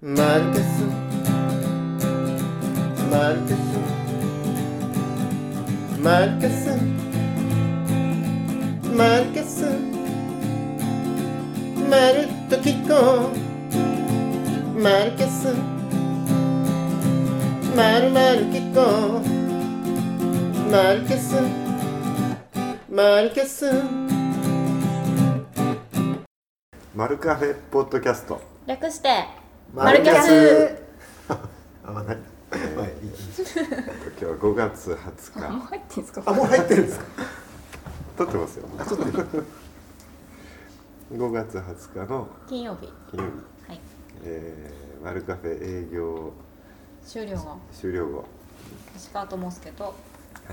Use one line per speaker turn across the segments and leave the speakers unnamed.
マルケスマルケスマルケスマルケスまるっと聞こうマルケスまるまる聞こうマルケスマルケス
マルカフェポッドキャスト
略して
マ
マ
ル
ル
キ
キ
ャ
ャ
ス
ス
あ、まあ、ないまあいい今日は5月20日
入ってんすか
あもう入ってるんですか
撮ってますよ5月20日の
金曜日
金曜日、
はい
えー、マルカフェ営業
終了後
終了後
石川智介と
は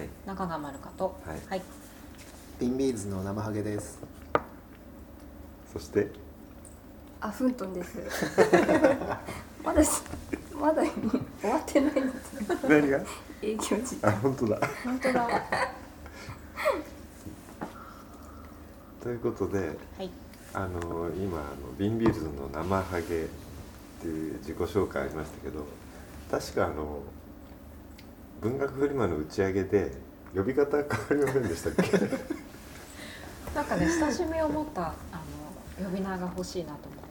い
中川丸香と
はい
はい、
ピンビーズの生ハゲです
そして
あ、フントンです。まだし、まだ終わってないんです。
何が
営業時。
あ本当だ
本当だは
ということで
い
あの今あのビンビールズの生ハゲっていう自己紹介ありましたけど確かあの文学フリマの打ち上げで呼び方変わりませんでしたっ け
なんかね親しみを持ったあの呼び名が欲しいなと思って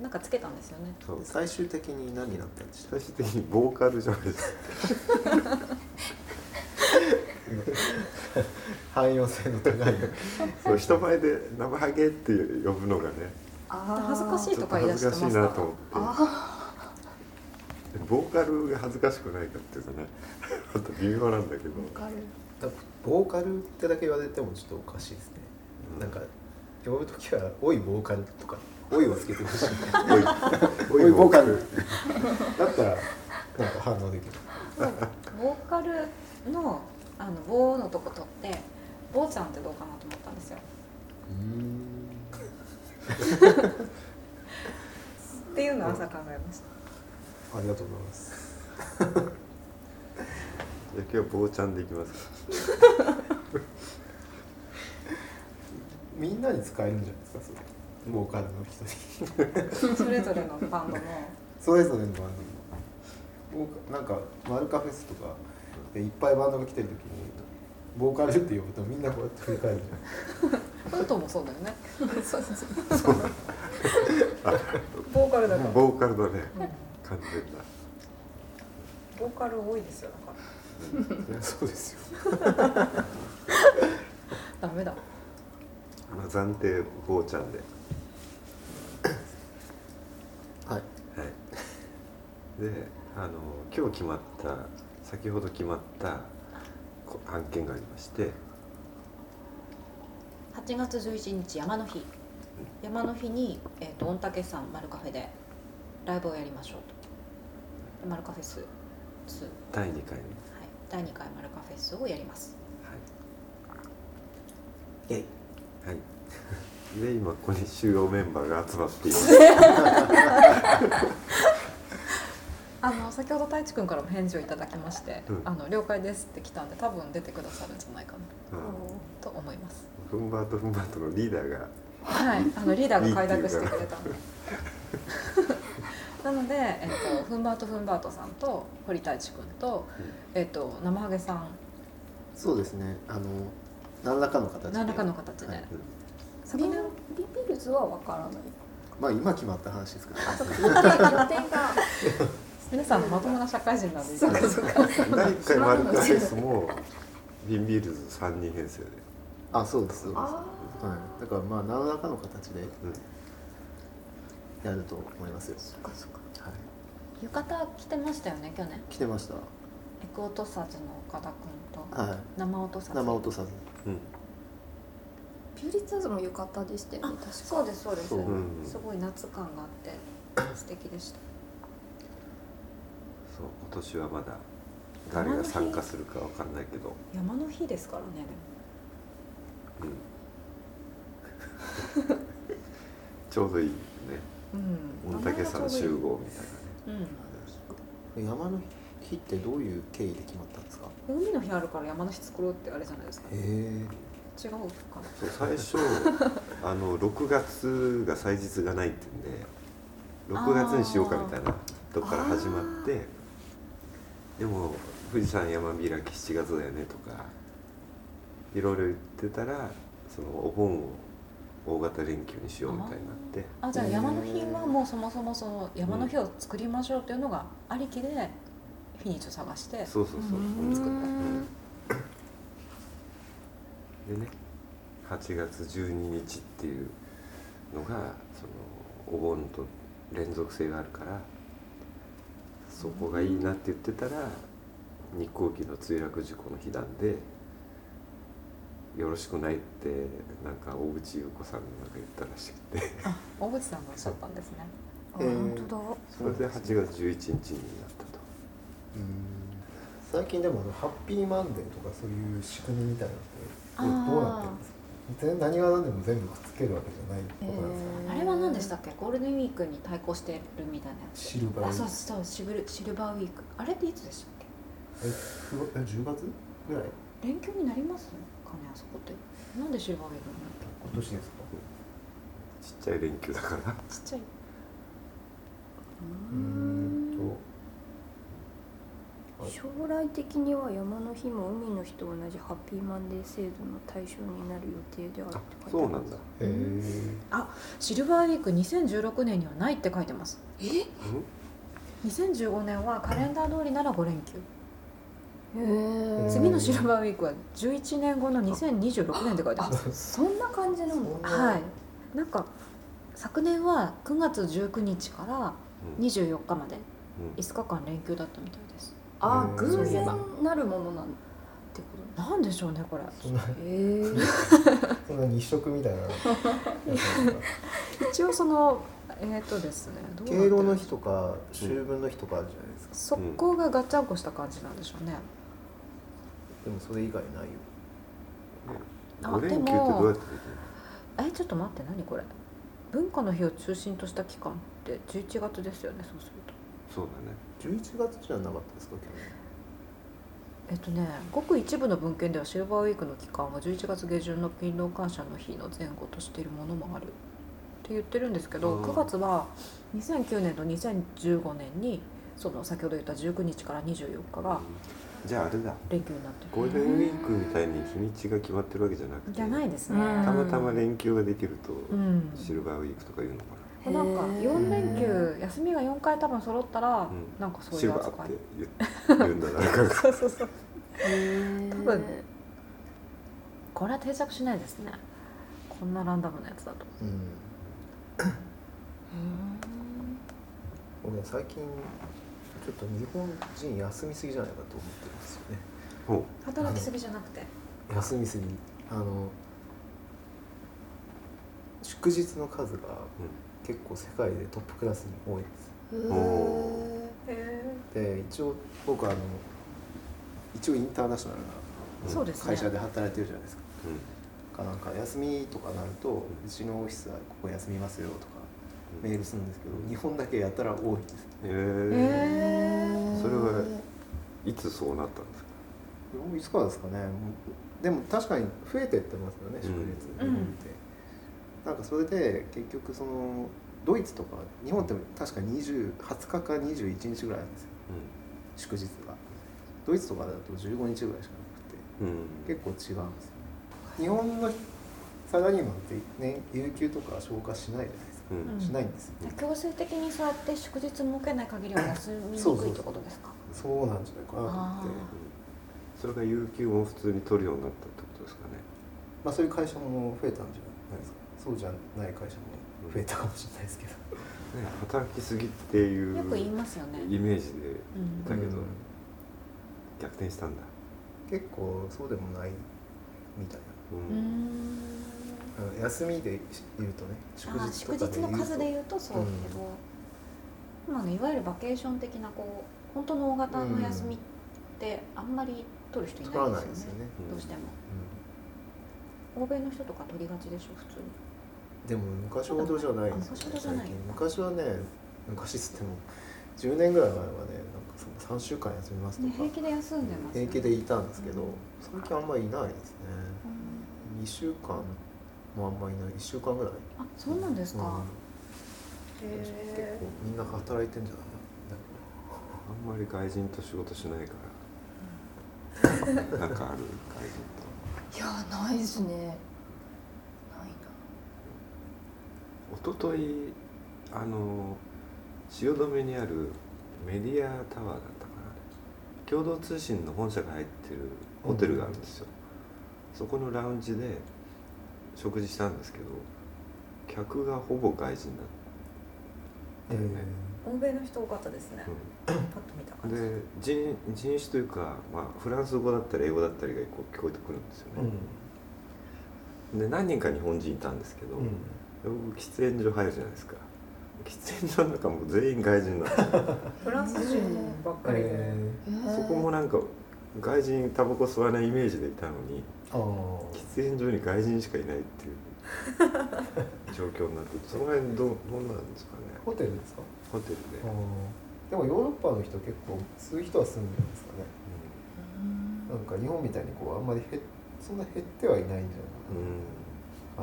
なんかつけたんですよね
そう
最終的に何になったんでした
最終的にボーカルじゃないですか
汎用性の高い
そう人前で生ハゲって呼ぶのがね
あー
恥ずかしい
ちょっと恥ずかしいなと思って
あ
ボーカルが恥ずかしくないかっていうとね ちょっと微妙なんだけど
ー、わかる。
ボーカルってだけ言われてもちょっとおかしいですね、なんか呼ぶときは「おいボーカル」とか「おい」をつけて ほしい
おいおいボーカル
だったらなんか反応できる
そうボーカルのあの棒のとこ取って棒ちゃんってどうかなと思ったんですよっていうのを朝考えました
ありがとうございます
じゃあ今日はボーちゃんでいきますか
みんなに使えるんじゃないですかそれボーカルの人に
それぞれのバンドの
それぞれのバンドにボーカなんかマルカフェスとかでいっぱいバンドが来てるときにボーカルって呼ぶとみんなこうやって振り返るじゃない
フントもそうだよね
そうそうそう。
ボーカルだから
ボーカルだね完全だ
ボーカル多いですよだか
いやそうですよ
らダメだ
まあ、暫定坊ちゃんで、は
はい
い、であの今日決まった先ほど決まったこ案件がありまして
8月11日山の日山の日に、えー、と御嶽山マルカフェでライブをやりましょうとマルカフェス2、はい、
第2回の、
第2回マルカフェスをやります
イェイ
はいはい、で今ここに収容メンバーが集まっている
あの先ほど太一くんからも返事をいただきまして、
うん
あの了解ですって来たんで多分出てくださるんじゃないかな
うん
と思います
フンバートフンバートのリーダーが
はい、あのリーダーが快諾してくれたの なので、えっと、フンバートフンバートさんと堀太一くんと
うん、
えっと、生ハゲさん
そうですねあの何らかの形で
何らかの形で、
はい
そ
ビ
こ
ン
で
ビビルズはわからない。
まあ今決まった話ですけど
あ、そうか。予定が予定が。
皆さんまともな社会人なんで
そうかそうか。
第1回マル カフェスもビンビールズ3人編成で、
あそうですそうですは
あ
いだからまあ何らかの形で
うん
やると思いますよ
あ、そっかそっか。
はい
浴衣着てましたよね去年
来てました
エクオトサズの岡田くんと
は
生音サ
い
ズ
生落とさず
うん
ピューリッツァーズも良かったでしたよね。確か。
そうですそうです、
そう
うん
すごい夏感があって素敵でした
そう今年はまだ誰が参加するかわかんないけど、
山の日ですからねでも
うん、 ちょうどいいね
うん
御嶽山集合みたい
うん
山の日ってどういう経緯で決まったんですか
海の日あるから山の日作ろうってあれじゃないですか
へ
違
え
うかな
な、ね、そう最初あの6月が祭日がないってんで6月にしようかみたいなとこから始まってでも富士山山開き7月だよねとかいろいろ言ってたらそのお盆を大型連休にしようみたいになって
あじゃあ山の日はもうそもそもその山の日を作りましょうっていうのがありきで日にちを探して
そうそうそう、
うん
作ったでね8月12日っていうのがそのお盆と連続性があるからそこがいいなって言ってたら日航機の墜落事故の被弾で「よろしくない」ってなんか大口優子さんがなんか言ったらしくて
あ大口さんがおっしゃったんですね
あ
えー
本当
それで8月11日になったと。
最近でもあのハッピーマンデーとかそういう仕組みみたいなの
あー
ってどうなってるんですか全何が何でも全部くっつけるわけじゃないとかなんですか、
えー
あれは何でしたっけゴールデンウィークに対抗してるみたいなやつ
シルバー
あそうそうシルシルバーウィークあれっていつでしたっ
えふわえ10月ぐらい
け連休になりますかねあそこってなんでシルバーウィークなんだっ
今年ですか
ちっちゃい連休だから
けちっちゃいう
ーんと
だ将来的には山の日も海の日と同じハッピーマンデー制度の対象になる予定であるっ
あ
て書
そ
いうてあ
な
る
んだ、
へえ
シルバーウィーク2016年にはないって書いてますえ
うん
2015年はカレンダー通りなら5連休
へえ
ー
次のシルバーウィークは11年後の2026年って書いてます
そんな感じなんだ
そう
はいなんか昨年は9月19日から
うん
24日まで
うん
5日間連休だったみたいです
あ
うん
偶然なるものなんてこ
なんでしょうねこれ
そんな
とへえ
そんな日食みたいなやつな んですか
一応そのえっ、ー、とですねどうなって
敬
る
老の日とか秋分の日とかあるじゃないです
そ
か、
こがガッチャンコした感じなんでしょうね、
でもそれ以外ないよ
あ
5連休ってどうやってできるの
えちょっと待って何これ文化の日を中心とした期間って11月ですよねそうすると
そうだね
11月じゃなかったですか
えっとねごく一部の文献ではシルバーウィークの期間は11月下旬の勤労感謝の日の前後としているものもあるって言ってるんですけど、
うん
9月は2009年と2015年にその先ほど言った19日から24日が
じゃああれだ
連休になってる
ゴールデンウィークみたいに日にちが決まってるわけじゃなくて
じゃないですね、
うん
たまたま連休ができると、
うん
シルバーウィークとかいうのか
なんか
へー
4連休休みが4回多分揃ったら、
ん
なんかそ
な
う
シ
い
ル
う
バー
扱
っ
い
て言う言うんだななんか
そうそうそう
多
多分これは定着しないですねこんなランダムなやつだと
うん僕ね最近ちょっと日本人休みすぎじゃないかと思ってるんですよね
ほ
働きすぎじゃなくて
休みすぎあの祝日の数が
う、
結構世界でトップクラスに多いんです
うん、おー
へ
で一応僕あの一応インターナショナル
えそうです
な
ね
会社で働いてるじゃないですか
うん
かなんか休みとかなるとうちのオフィスはここ休みますよとかメールするんですけど日本だけやたら多いんです
え
え
ー
へ
それはいつそうなったんですか
もういつからですかねもうでも確かに増えてってますよね
う
祝
ん
日日本って、
うん
なんかそれで結局そのドイツとか日本って確か 20, 20日か21日ぐらいあるんですよ祝日がドイツとかだと15日ぐらいしかなくて
うん、
結構違うんですよね日本のサラリーマンって年有給とか消化しないじゃないですか、
うんう
うんん
しないんですよ
強制的にそうやって祝日設けない限りは休みに
そう
く
そ
いっ
うそう
てことですか
そうなんじゃないかなと思って
あ
それが有給も普通に取るようになったってことですかね
まあそういう会社も増えたんじゃないですかそうじゃない会社も増えたかもしれないですけど
ね働きすぎっていう
よく言いますよね、
イメージで
うん
だけど
うん
逆転したんだ、
結構そうでもないみたいな
う
うー
ん
ん
あの休みで言うとね祝
あー
日と
祝
かで
日の数で
う
言うとそうだけど、今ねいわゆるバケーション的なこう本当の大型の休みってあんまり取る人い
と
な
取
い
らない
で
ですす
よ
よ
ね
ね、
うん
どうしても欧米の人とか取りがちでしょ普通に
うんでも昔ほどじゃないんですよ
あ昔ほどじゃない
最近昔はね昔っつっても10年ぐらい前はねなんかその3週間休みますと
ね、
か、
平気で休んでます、ね、
平気でいたんですけど、
うん
最近あんまりいないですね
うん
2週間もあんまりいない1週間ぐらい
あそうなんですか、
うん
へえ
みんな働いてんじゃない
あんまり外人と仕事しないからなんかある外人と
いやないですねない
一昨日あの汐留にあるメディアタワーだったかな共同通信の本社が入ってるホテルがあるんですよ、そこのラウンジで食事したんですけど客がほぼ外人だったよね、
欧米の人多かったですね
う
パ
ん
ッと見た感じ
で人人種というか、まあ、フランス語だったり英語だったりがこう聞こえてくるんですよね、で何人か日本人いたんですけど、僕喫煙所入るじゃないですか喫煙所の中も全員外人なんですよ
フランス人ばっかりで
な
そこもなんか外人タバコ吸わないイメージでいたのに
ああ
喫煙所に外人しかいないっていう状況になっててその辺どうどうなんですかね
ホテルですか
ホテルで、うん
でもヨーロッパの人結構吸う人は住んでるんですかねなんか日本みたいにこうあんまり減っそんな減ってはいないんじゃないか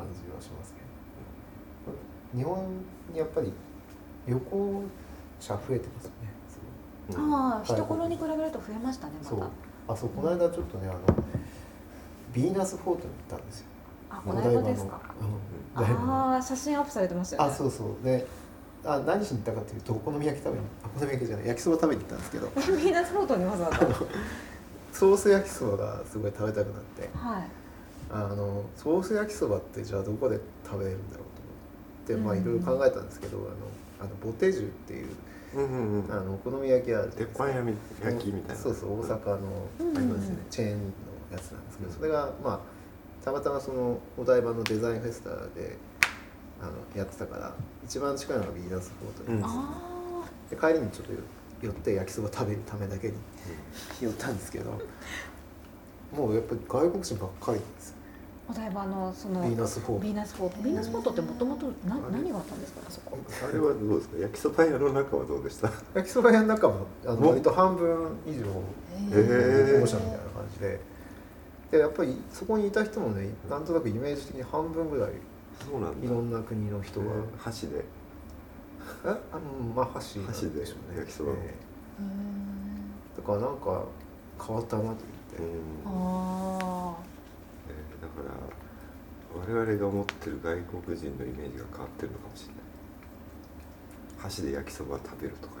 な感じはしますけど、日本にやっぱり旅行者増えてますよねす
うんうん
ああ人頃に比べると増えましたねま
ごいそう
た
あそうこの間ちょっとねあのヴィーナスフォートに行ったんですよ
あお台場ですか
うん、お台場の
ああ写真アップされてますよね
あそうそうであ何しに行ったかというとお好み焼き食べにあお好み焼きじゃない焼きそば食べに行ったんですけど
フィーナスフォートにわざわざ
ソース焼きそばがすごい食べたくなって
はい
あのソース焼きそばってじゃあどこで食べれるんだろうと思ってまあ
うん
いろいろ考えたんですけど、あのあのボテジュっていう
うんうん
あのお好み焼きあるじゃ
鉄
ないですか
板焼き焼きみたいな
そうそう大阪の
うん
ありますね、チェーンのやつなんですけど、
うん
それがまあたまたまそのお台場のデザインフェスタであのやってたから一番近いのがビーナスフォートに、
うん
あ
で帰りにちょっと寄って焼きそば食べるためだけに寄ったんですけどもうやっぱり外国人ばっかりです
あお台場のそ
ビ
の
ーナスフォ
ヴィ
ー
ーナスフォートヴィーナスフォートってもともと何があったんですかあそこ
あれはどうですか焼きそば屋の中はどうでした
ト焼きそば屋の中もあの
お
割と半分以上
へー
保護者みたいな感じででやっぱりそこにいた人もねなんとなくイメージ的に半分ぐらい
そうなんだ
いろんな国の人が、
箸で
えあうんまあ箸なん
箸で
しょうね
焼きそばを
ええだからなんか変わったなと思って、
うん
あ
えーだから我々が持ってる外国人のイメージが変わってるのかもしれない箸で焼きそば食べるとかね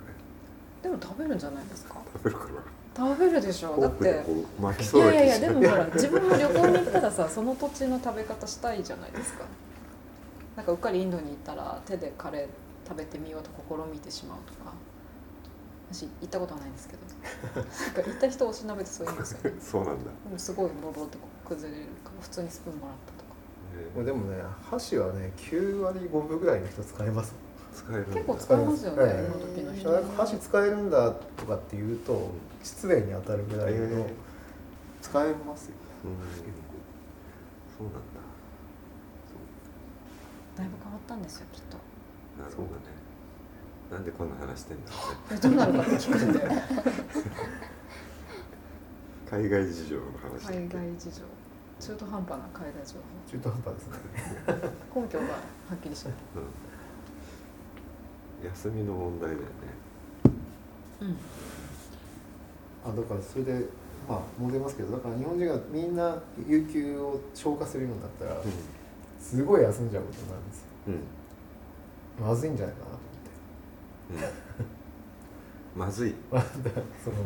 ーでも食べるんじゃないですか
食べるかな
食べるでしょ
フォ
だ
ー
っ
クで
て
こう巻き
い
そう
や
ない気
やい
が
や
す
で
る
もほら自分も旅行に行ったらさその土地の食べ方したいじゃないですかなんかうっかりインドに行ったら手でカレー食べてみようと試みてしまうとか私行ったことはないんですけどなんか行った人をしなべてそう言うんですよね
そうなんだ、
うんすごいボロボロってこう崩れるから普通にスプーンもらったとか
もうでもね箸はね9割5分ぐらいの人使えます
使えるんだ
結構使いますよね
ええ
今時の人
なんか箸使えるんだとかって言うと失礼に当たるぐらい
え
の
え
使えますよ
うん
結
そうなんだ
だいぶ変わったんですよきっと
なるほどねなんでこんな話してんだろうね
えどうなるかって聞くんで
海外事情の話だっけ
海外事情中途半端な海外情報
構中途半端ですね
根拠がはっきりしない
うん、休みの問題だよね
うん
あだからそれでまあ戻りますけどだから日本人がみんな有給を消化するようになったらすごい休んじゃうことになるんですよ
うん、 うん
まずいんじゃないかなと思って
うん、まずい、
まあだから その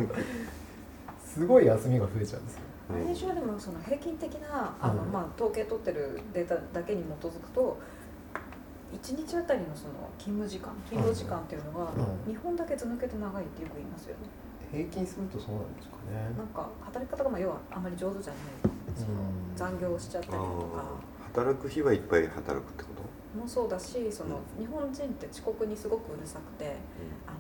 すごい休みが増えちゃうんですよ。
あれでしょでもその平均的なあの、
うん
まあ、統計取ってるデータだけに基づくと1日あたりのその勤務時間勤労時間っていうのが
うん
日本だけず抜けて長いってよく言いますよね
平均するとそうなんですか
な
ね。
んか働き方がまあ要はあまり上手じゃないその
うん
残業しちゃったり
あ
とか
あ働く日はいっぱい働くってこと、
もそうだしその
う
日本人って遅刻にすごくうるさくてあの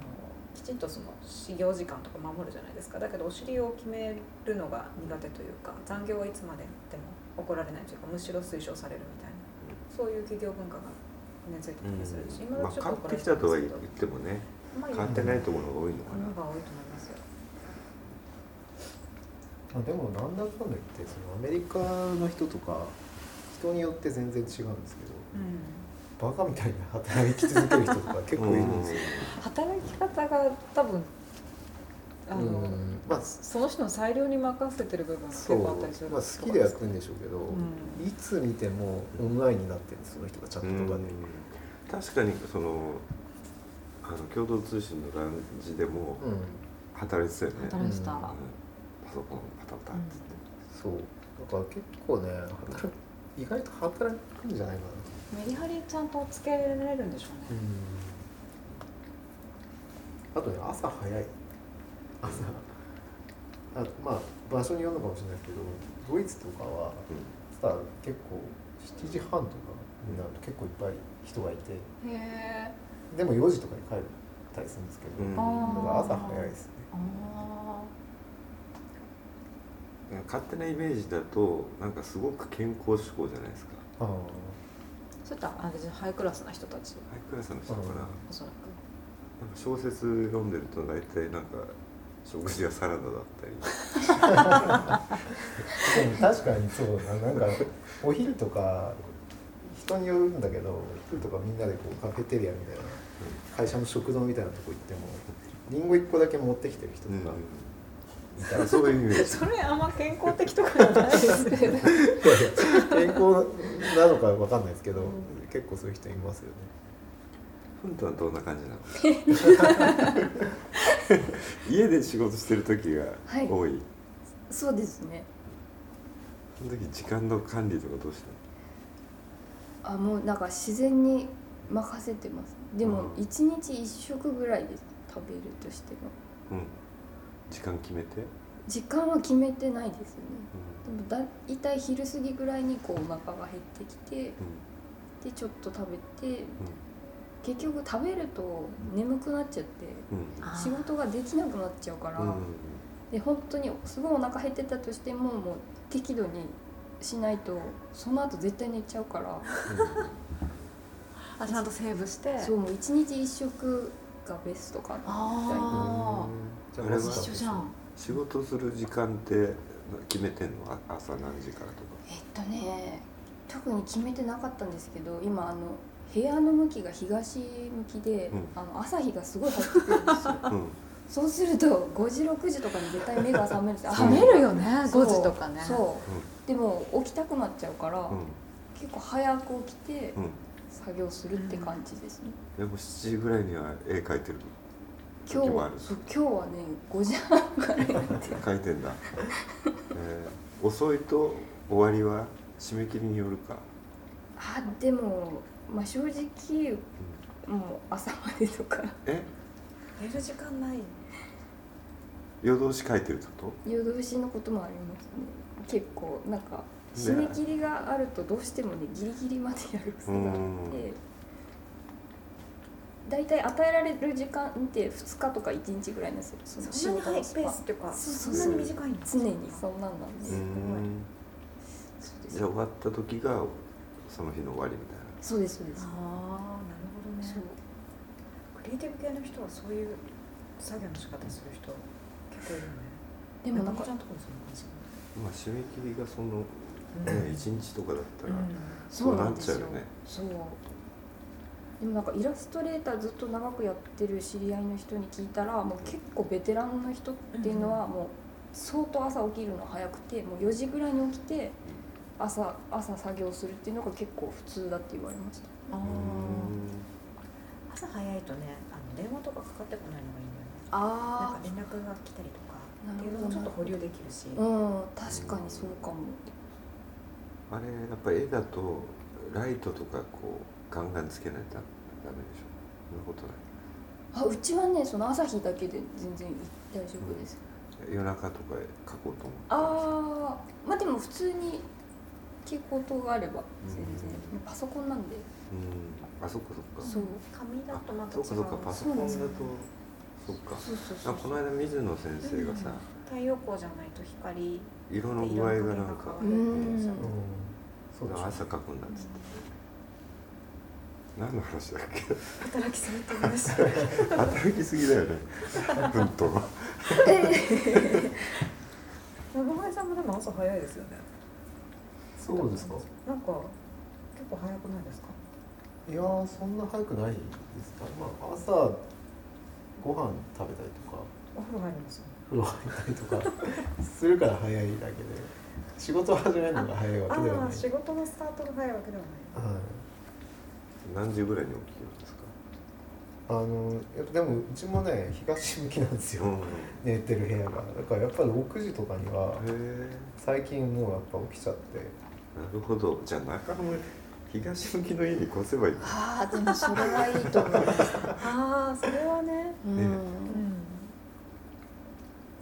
きちんとその始業時間とか守るじゃないですかだけどお尻を決めるのが苦手というか残業はいつまでやっても怒られないというかむしろ推奨されるみたいなそういう企業文化が根付いてたりするし、
うん
今
まあ
時
買ってきたとは言ってもね
まあいい
買ってないところが多いのかな、
のが多いと思いますよ
まあでもなんだかんだ言ってそのアメリカの人とか人によって全然違うんですけど、
う
バカみたいな働き続ける人とか結構いるんですよ。
働き方が多分あの、
うんまあ
その人の裁量に任せてる部分が結
そう
構あったりする
まあ、好きでやっててるんでしょうけど、
ん
いつ見てもオンラインになってるんですその人がチャットとかで、
確かにそのあの共同通信のランジでも
うん
働いてたよね、
働いてた、
うん
うんパソコンパタパタっつって、
そうだから結構ね働く意外と働くんじゃないか
メリハリちゃんとつけられるんでしょう
な、
ね、
あとね朝早い朝あまあ場所によるのかもしれないですけどドイツとかはさ結構7時半とかになると結構いっぱい人がいて
へえ
でも4時とかに帰ったりするんですけ
う
ど、
ん
だ
あ
から朝早いですね
ああ
勝手なイメージだとなんかすごく健康志向じゃないですか
ああ
ーそういったあれじゃハイクラスな人たち
ハイクラスの人かな,、
うん
なんか
おそら く
小説読んでると大体なんか食事はサラダだったり
でも確かにそうだななんかお昼とか人によるんだけどお昼とかみんなでこうカフェテリアみたいな会社の食堂みたいなとこ行ってもりんご1個だけ持ってきてる人とかいたり、
そういうイメー ジ
それあんま健康的とかじゃないですね
健康なのかわかんないですけど、結構そういう人いますよね
ふんとはどんな感じなの 家で仕事してる時が多い、
そうですね
その時時間の管理とかどうして
あもうなんか自然に任せてますでも
うん
一日一食ぐらいです食べるとしても
んの、うん、時間決めて、
時間は決めてないですね
う
でもだいたい昼過ぎぐらいにこうお腹が減ってきて
ん
でちょっと食べて結局食べると眠くなっちゃって
うんうん
仕事ができなくなっちゃうから、
うん
で本当にすごいお腹減ってたとしてももう適度にしないとその後絶対寝ちゃうから
あちゃんとセーブして
そうもう一日一食がベストかな
あ
じゃ
あれは
あ
ー
一緒じゃん
仕事する時間って決めてんのあ朝何時からとか
えっとね特に決めてなかったんですけど今あの部屋の向きが東向きで、
うん
あの朝日がすごい入ってくるんです よ
うん
そうすると5時6時とかに絶 対目が覚めるんですよ
そう
冷めるよね
そう
5時とかね
そう、でも起きたくなっちゃうから、
う
結構早く起き
ん
て
うん
作業するって感じですね、
でも7時ぐらいには絵描いてる
今
時
日
もある
そう今日はね5時半
描いてんだ、えー遅いと終わりは締め切りによるか、
あでも、まあ、正直
うん
もう朝までとか
え
寝る時間ない
夜通し描いてるってこ
夜通しのこともありますね結構なんか
ね
締め切りがあるとどうしてもねギリギリまでやる癖があって大体与えられる時間って2日とか1日ぐらいなんですよその仕
そんなにハ
事
イ
の
ペ
スパ
ースっていうか
そう
そ
そ
ん
う
な
そう
に短いの
常にそんなんなん
と
です
う
すごい
ん
そうです
じゃあ終わった時がその日の終わりみたいな
そうですそうで
あ
す
あなるほどね
そう
クリエイティブ系の人はそういう作業の仕方する人結構いるよね
でもなんか
ちゃんとこもそんな感じ
まあ締め切りがその、ね、1日とかだったら、
う
そうなっちゃうよね
そうでもなんかイラストレーターずっと長くやってる知り合いの人に聞いたらもう結構ベテランの人っていうのはもう相当朝起きるの早くてもう4時ぐらいに起きて朝朝作業するっていうのが結構普通だって言われました
んあー
うん
朝早いとねあの電話とかかかってこないのがいいんだよねなん
あ
か連絡が来たりとか
なるほど
っていうの
な
もちょっと保留できるし、
うん確かにそうかも
あれやっぱ絵だとライトとかこうガンガンつけないとダメでしょそんなことな
あうちはねその朝日だけで全然大丈夫です、
い夜中とか描こうと思って
ああまあでも普通に蛍光灯があれば全然、
うん
パソコンなんで
うんあそっかそっか
そう
紙だとまた
そ
違
っ
う
かそっかパソコンだとそっか
そうそう
なん
そう
かこの間水野先生がさ
太陽光じゃないと光
色の具合がなんか
う
うん
そうでしょ
朝描くんだっつって何の話だっけ
働きすぎてます
働きすぎだよねうんと
長林さんもでも朝早いですよね
そうですか
なんか結構早くないですか
いやーそんな早くないですか、まあ、朝ご飯食べたりとか
お風呂入るんですよ
風呂入ったりとか するから早いだけで仕事を始めるのが早いわ
あ
けではない
あー仕事のスタートが早いわけではない
はい
何時ぐらいに起きるんですか
あのいやでもうちもね東向きなんですよ、
う ん
寝てる部屋がだからやっぱり6時とかには
へえ
最近もうやっぱ起きちゃって
なるほどじゃあ中野東向きの家に越せばいい
ああでもそれはいいと思います、
ああそれはね
う
ね
ん、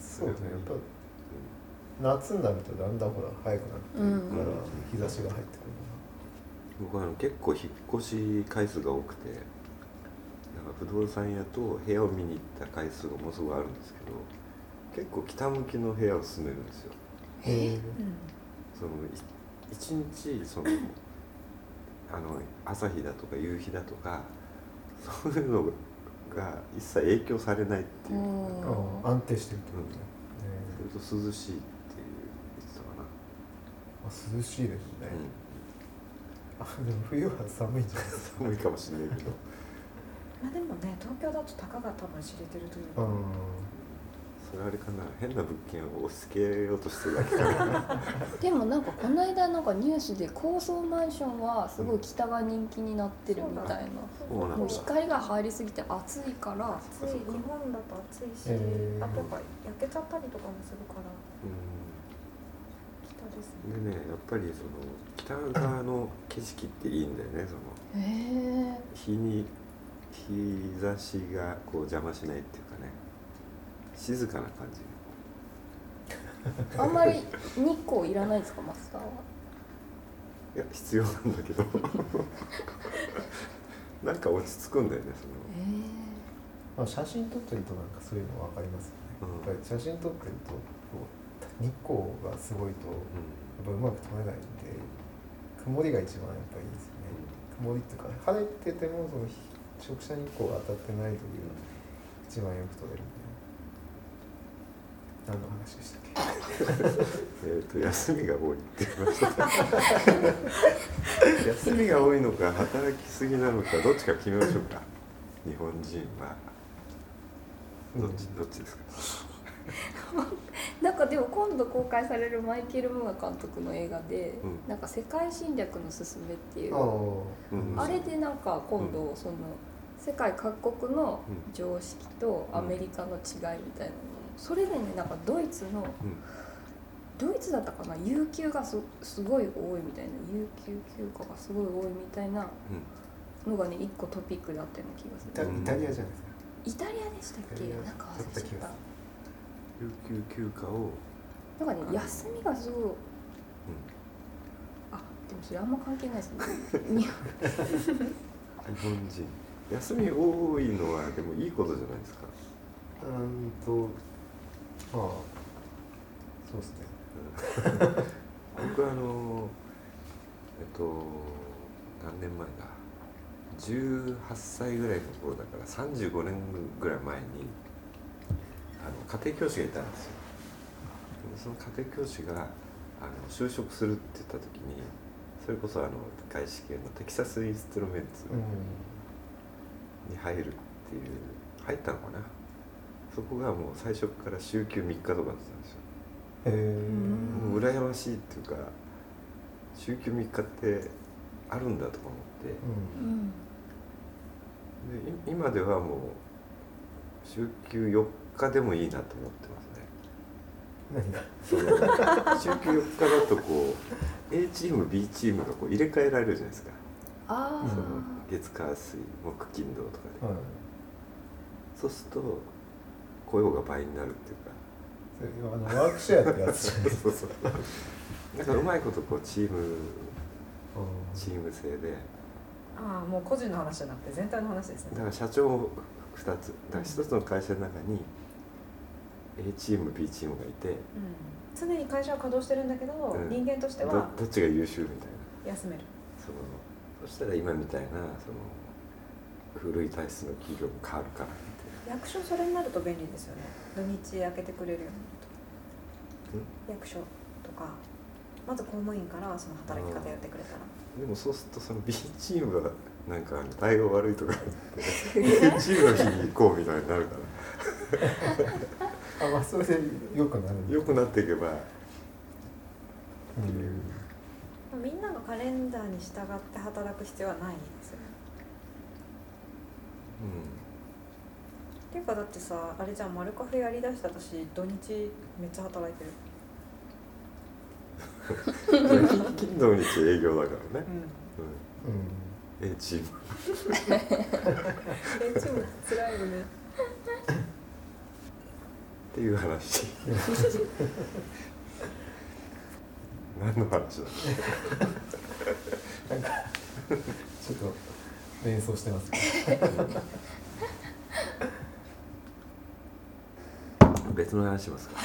そうねやっぱ
う
夏になるとだんだんほら早くなってくる
う
から、
ん
日差しが入ってくる
ん僕はあの結構引っ越し回数が多くてなんか不動産屋と部屋を見に行った回数がものすごいあるんですけど結構北向きの部屋を勧めるんですよ
なへえ
そのい一日そのあの朝日だとか夕日だとか そういうのが一切影響されないっていううなんか
ん
安定してるってことね、
それと涼しいっていう言ってたかな、
ねあ涼しいですね、あでも冬は寒いんじゃないですか
寒いかもしれないけど
まあでもね東京だとたかが多分知れてるという
う
か、
ん
それあれかな変な物件を押し付けようとしてるだけかな
でもなんかこの間なんかニュースで高層マンションはすごい北が人気になってるみたい
そう
な
な
も
ん
う
だ
光が入りすぎて暑いから
暑い日本だと暑いし、
へー
あとやっぱ焼けちゃったりとかもするから北ですね
うんでねやっぱりその北側の景色っていいんだよねその
へえ
日に日差しがこう邪魔しないっていうかね静かな感じ
あんまり日光いらないですかマスターは。
いや必要なんだけど なんか落ち着くんだよね
え
まあ、写真撮ってるとなんかそういうの分かりますよ
うん
ね、やっぱり写真撮ってるとこう日光がすごいと
その、
やっぱうまく撮れないんで曇りが一番やっぱいいですよね曇りっていうか晴れててもその直射日光が当たってないという一番よく撮れるんで何の話でしたっけ
えー、と休みが多いって言いました 休みが多いのか働きすぎなのかどっちか決めましょうか日本人はどっち、どっちですか
なんかでも今度公開されるマイケル・ムーア監督の映画で、
うん
なんか「世界侵略のすすめ」っていう
あ
あ
あ、
うん
れでなんか今度その世界各国の
うん
常識とアメリカの違いみたいなのそれでねなんかドイツの、
ん
ドイツだったかな有給がすすごい多いみたいな有給休暇がすごい多いみたいなのがね一個トピックだったような気がす
イタイ
る
タリアじゃないですか
イタリアでしたっけ
イタリア
なんか忘れちゃった
だっ
有給休暇を、
なんかね休みがすごいあでもそれあんま関係ないですね日本
うん、日本人休み多いのはでもいいことじゃないですか、
うーんとまあそうですね
うん僕はあのえっと何年前だ18歳ぐらいの頃だから35年ぐらい前にあの家庭教師がいたんですよでその家庭教師があの就職するって言った時にそれこそあの外資系のテキサス・インストゥルメンツ
う
に入るっていう入ったのかなそこがもう最初から週休3日とかだったんですよ
んへえ
もう羨ましいっていうか週休3日ってあるんだとか思って
うん
でい今ではもう週休4日でもいいなと思ってますね
何が
その週休4日だとこう A チーム B チームがこう入れ替えられるじゃないですか
あ
ー
その月火水木金土とかで
はい
そうすると雇用が倍になるっていうか
それあのワークシェアってやつじゃないですか
そうそうだからうまいことこうチームチーム制で
ああもう個人の話じゃなくて全体の話です
だ
ね
から社長も2つだから1つの会社の中に A チーム B チームがいて
うん常に会社は稼働してるんだけど、
うん
人間として
ど
は
どっちが優秀みたいな
休める
そのそしたら今みたいなその古い体質の企業も変わるからみ
役所それになると便利ですよね土日開けてくれるようになると役所とかまず公務員からその働き方やってくれたら
たいなでもそうするとその B チームはなんかあの対応悪いとか 言って次の日に行こうみたいになるか
あまあそれでよくなるん
ら
だ
良くなっていけ ば
うん
みんなのカレンダーに従って働く必要はないですよねっていうかだってさあれじゃんマルカフェやりだした私土日めっちゃ働いてる
うん金土日営業だからね、う、
う
うん
A チーム
ん えチーム辛いよね
っていう話何の話だ
んなんかちょっと連想してますけ
別の話しますか